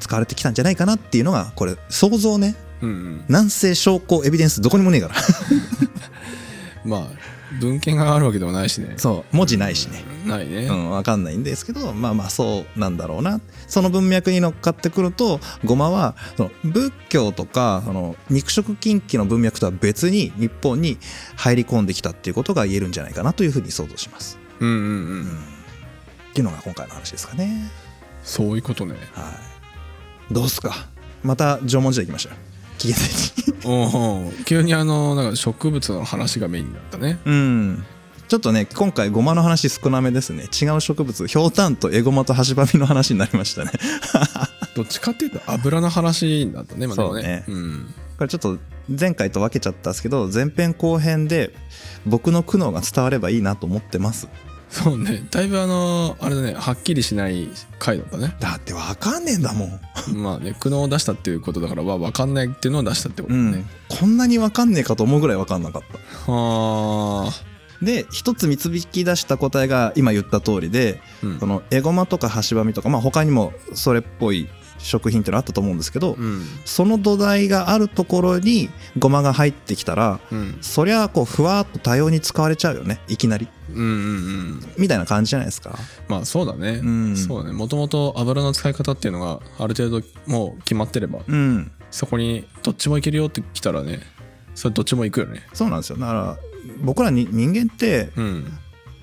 B: 使われてきたんじゃないかなっていうのがこれ想像ね
A: うんうん
B: 南西証拠エビデンスどこにもねえから
A: まあ文献があるわけでもないしね
B: そう文字ないしね、
A: ないね
B: うん、わかんないんですけど、まあまあそうなんだろうな。その文脈に乗っかってくると、ゴマは、その仏教とか、その肉食禁忌の文脈とは別に日本に入り込んできたっていうことが言えるんじゃないかなというふうに想像します。
A: うんうんう
B: うん。っ
A: ん
B: ていうのが今回の話ですかね。
A: そういうことね
B: はい。どうっすかまた縄文時代行きましょう。紀元前に。
A: おお急にあのなんか植物の話がメインだったね
B: うん。ちょっとね、今回ゴマの話少なめですね。違う植物、ひょうたんとエゴマとハシバミの話になりましたね。
A: どっちかっていうと油の話なんだね今でもね
B: そう
A: ねうん
B: これちょっと前回と分けちゃったんですけど前編後編で僕の苦悩が伝わればいいなと思ってます
A: そうねだいぶあのあれだねはっきりしない回だったね
B: だって分かんねえんだもん、
A: まあね苦悩を出したっていうことだからは分かんないっていうのを出したってこと
B: う
A: だね、
B: ん、こんなに分かんねえかと思うぐらい分かんなかった
A: はあ、
B: で一つ導き出した答えが今言った通りで
A: うん
B: そのエゴマとかハシバミとか、まあ、他にもそれっぽい食品っていうのあったと思うんですけど、
A: うん
B: その土台があるところにゴマが入ってきたら
A: うん
B: そりゃこうふわっと多様に使われちゃうよねいきなり
A: うんうんうん
B: みたいな感じじゃないですか
A: まあそうだね、
B: うん
A: そうだねもともと油の使い方っていうのがある程度もう決まってれば
B: うん
A: そこにどっちもいけるよって来たらねそれどっちも行くよね
B: そうなんですよだから僕らに人間って
A: うん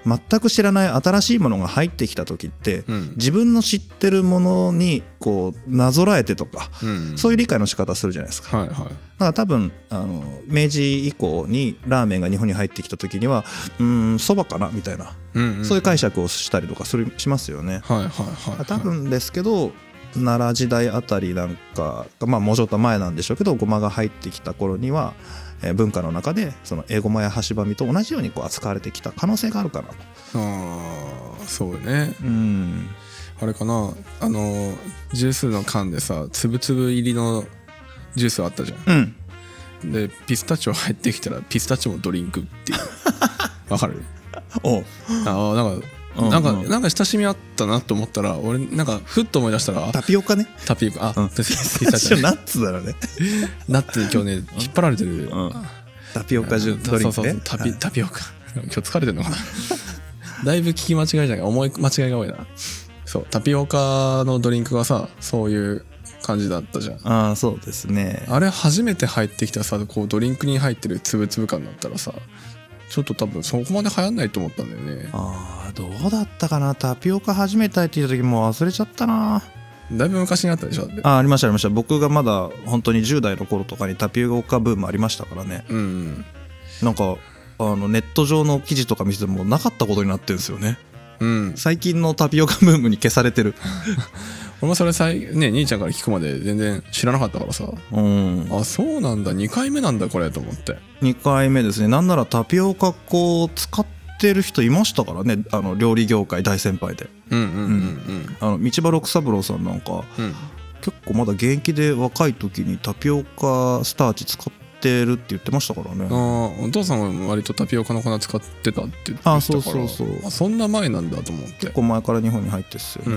B: 全く知らない新しいものが入ってきた時って
A: うん
B: 自分の知ってるものにこうなぞらえてとか
A: うん
B: そういう理解の仕方するじゃないですか
A: はいはい
B: だから多分あの明治以降にラーメンが日本に入ってきた時にはうーんそばかなみたいな
A: うん、うん、
B: そういう解釈をしたりとかするしますよね
A: はいはいはいはい
B: 多分ですけど奈良時代あたりなんかがまあもうちょっと前なんでしょうけどごまが入ってきた頃にはえー文化の中でそのエゴマやハシバミと同じようにこう扱われてきた可能性があるかなと。
A: ああそうね
B: うん
A: あれかなあのジュースの缶でさつぶつぶ入りのジュースあったじゃん
B: うん、
A: でピスタチオ入ってきたらピスタチオもドリンクっていう わかる
B: おう
A: ああなんか
B: うんうん
A: なんか、なんか親しみあったなと思ったら俺なんかふっと思い出したらあ
B: タピオ カね。
A: タピオカあ、
B: うん
A: ピスタ
B: 一
A: チ
B: 応
A: オね
B: ナッツだろうね。
A: ナッツに今日ね引っ張られてる、
B: うんタピオカジュド
A: そう
B: リ
A: そう
B: ンク
A: そう
B: ね。
A: タ
B: はい
A: ピタピオカ 今日疲れてるのかな だいぶ聞き間違いじゃないか思い間違いが多いなそうタピオカのドリンクがさそういう感じだったじゃん
B: ああそうですね。
A: あれ初めて入ってきたさこうドリンクに入ってるつぶつぶ感だったらさちょっと多分そこまで流行んないと思ったんだよね
B: ああどうだったかなタピオカ始めたいって言った時もう忘れちゃったな。
A: だいぶ昔にあったでしょだって
B: あありましたありました僕がまだ本当に10代の頃とかにタピオカブームありましたからね
A: うん
B: なんかあのネット上の記事とか見ててもなかったことになってるんですよね
A: うん
B: 最近のタピオカブームに消されてる
A: 俺もそれさいね兄ちゃんから聞くまで全然知らなかったからさ
B: うん
A: あそうなんだ2回目なんだこれと思って
B: 2回目ですねなんならタピオカ粉を使ってる人いましたからねあの料理業界大先輩で
A: うんうんうん
B: あの道場六三郎さんなんか
A: うん
B: 結構まだ現役で若い時にタピオカスターチ使っってるって言ってましたからね。
A: あーお父さんは割とタピオカの粉使ってたって言ってたから
B: あそうそうそう
A: あそんな前なんだと思って
B: 結構前から日本に入ってっすよね。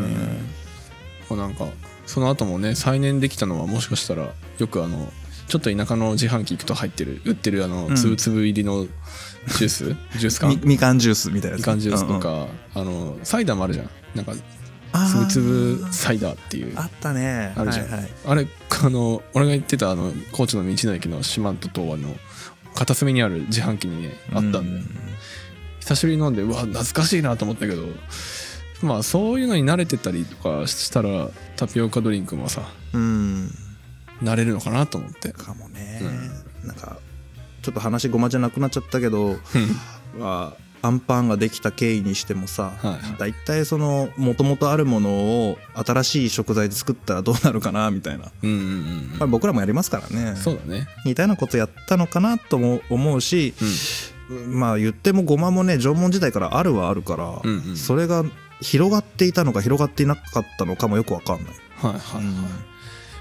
A: うんまあなんかその後もね再燃できたのはもしかしたらよくあのちょっと田舎の自販機行くと入ってる売ってるあ
B: う
A: の
B: ん
A: 粒々入りのジュー ス、ジュース
B: み
A: 缶
B: みかんジュースみたいなやつ。
A: みかんジュースと
B: うんうん
A: か、あのサイダーもあるじゃんなんか
B: あー
A: 粒々サイダーっていう
B: あったね。
A: あるじゃん
B: はいはい、
A: あれあの俺が言ってたあの高知の道の駅の四万十とあの片隅にある自販機にねあったんだよ、
B: うん
A: 久しぶりに飲んでうわ懐かしいなと思ったけどまあそういうのに慣れてたりとかしたらタピオカドリンクもさ
B: うん。
A: 慣れるのかなと思って
B: かもね。なんか、ちょっと話ごまじゃなくなっちゃったけど、はアンパンができた経緯にしてもさ、
A: はいはい
B: だいたいそのもともとあるものを新しい食材で作ったらどうなるかなみたいな、
A: うんうん
B: まあ僕らもやりますからね
A: うんそうだね
B: 似たようなことやったのかなとも思うし、
A: う
B: まあ言ってもごまもね縄文時代からあるはあるから、
A: んうんうん
B: それが広がっていたのか広がっていなかったのかもよくわかんない、
A: はいはいは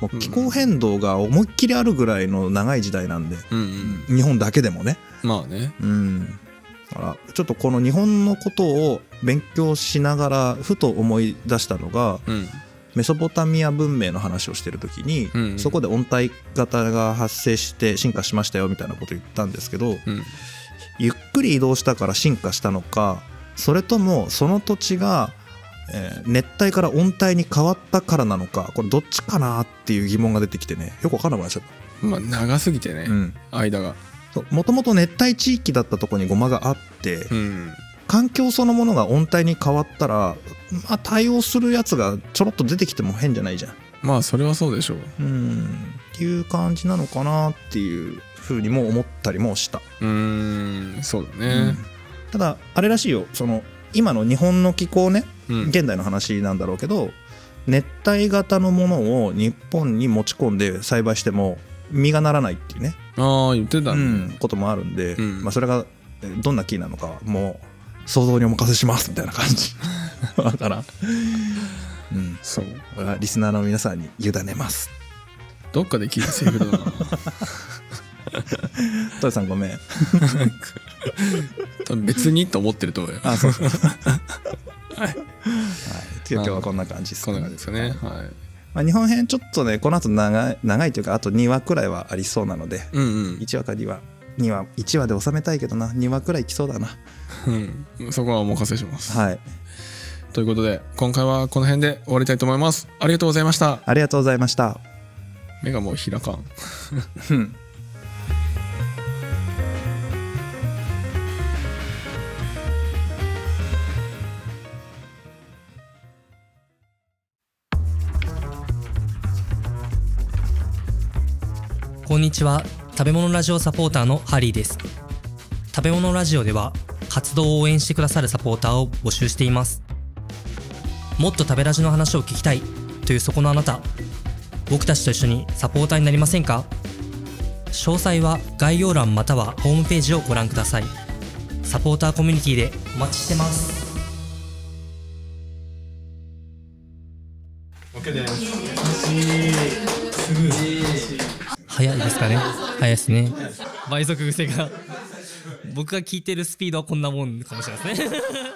B: もう気候変動が思いっきりあるぐらいの長い時代なんで、
A: いうんうん
B: 日本だけでもね
A: まあね
B: うん。だから、ちょっとこの日本のことを勉強しながら、ふと思い出したのが、
A: うん
B: メソポタミア文明の話をしてる時に、
A: うんうん
B: そこで温帯型が発生して進化しましたよみたいなこと言ったんですけど、
A: うん
B: ゆっくり移動したから進化したのか、それともその土地が、えー熱帯から温帯に変わったからなのか、これどっちかなっていう疑問が出てきてね、よくわからなくなっちゃっ
A: まあ長すぎて
B: た。
A: ね
B: うん。
A: 間が
B: もともと熱帯地域だったところにゴマがあって、
A: うん
B: 環境そのものが温帯に変わったら、まあ、対応するやつがちょろっと出てきても変じゃないじゃん。
A: まあそれはそうでしょう
B: うんっていう感じなのかなっていうふうにも思ったりもした。
A: うーんそうだ
B: う
A: ね
B: んただあれらしいよその今の日本の気候ね
A: うん
B: 現代の話なんだろうけど、熱帯型のものを日本に持ち込んで栽培しても実がならないっていうね、
A: ああ言ってた
B: う
A: ね
B: んこともあるんで、
A: うん
B: まあ、それがえどんな木なのかはもう想像にお任せしますみたいな感 じだから、うん、
A: そう
B: これはリスナーの皆さんに委ねます
A: どっかで聞いたセリフだな
B: トヨさんごめん
A: 多分別にと思ってると思うよ
B: あそ うそうはい、っていう今日はこんな感じです
A: こんな感じですかねはい
B: まあ、日本編ちょっとねこの後長い長いというかあと2話くらいはありそうなので
A: うん
B: 1話か2話2話1話で収めたいけどな2話くらいいきそうだな
A: うん、うん、そこはお任せします、
B: はい
A: ということで今回はこの辺で終わりたいと思いますありがとうございました
B: ありがとうございました
A: 目がもう開かん
B: うん
C: こんにちは食べ物ラジオサポーターのハリーです食べ物ラジオでは活動を応援してくださるサポーターを募集していますもっと食べラジの話を聞きたいというそこのあなた僕たちと一緒にサポーターになりませんか詳細は概要欄またはホームページをご覧くださいサポーターコミュニティでお待ちしてます早いですかね早いですね倍速癖が僕が聞いてるスピードはこんなもんかもしれないですね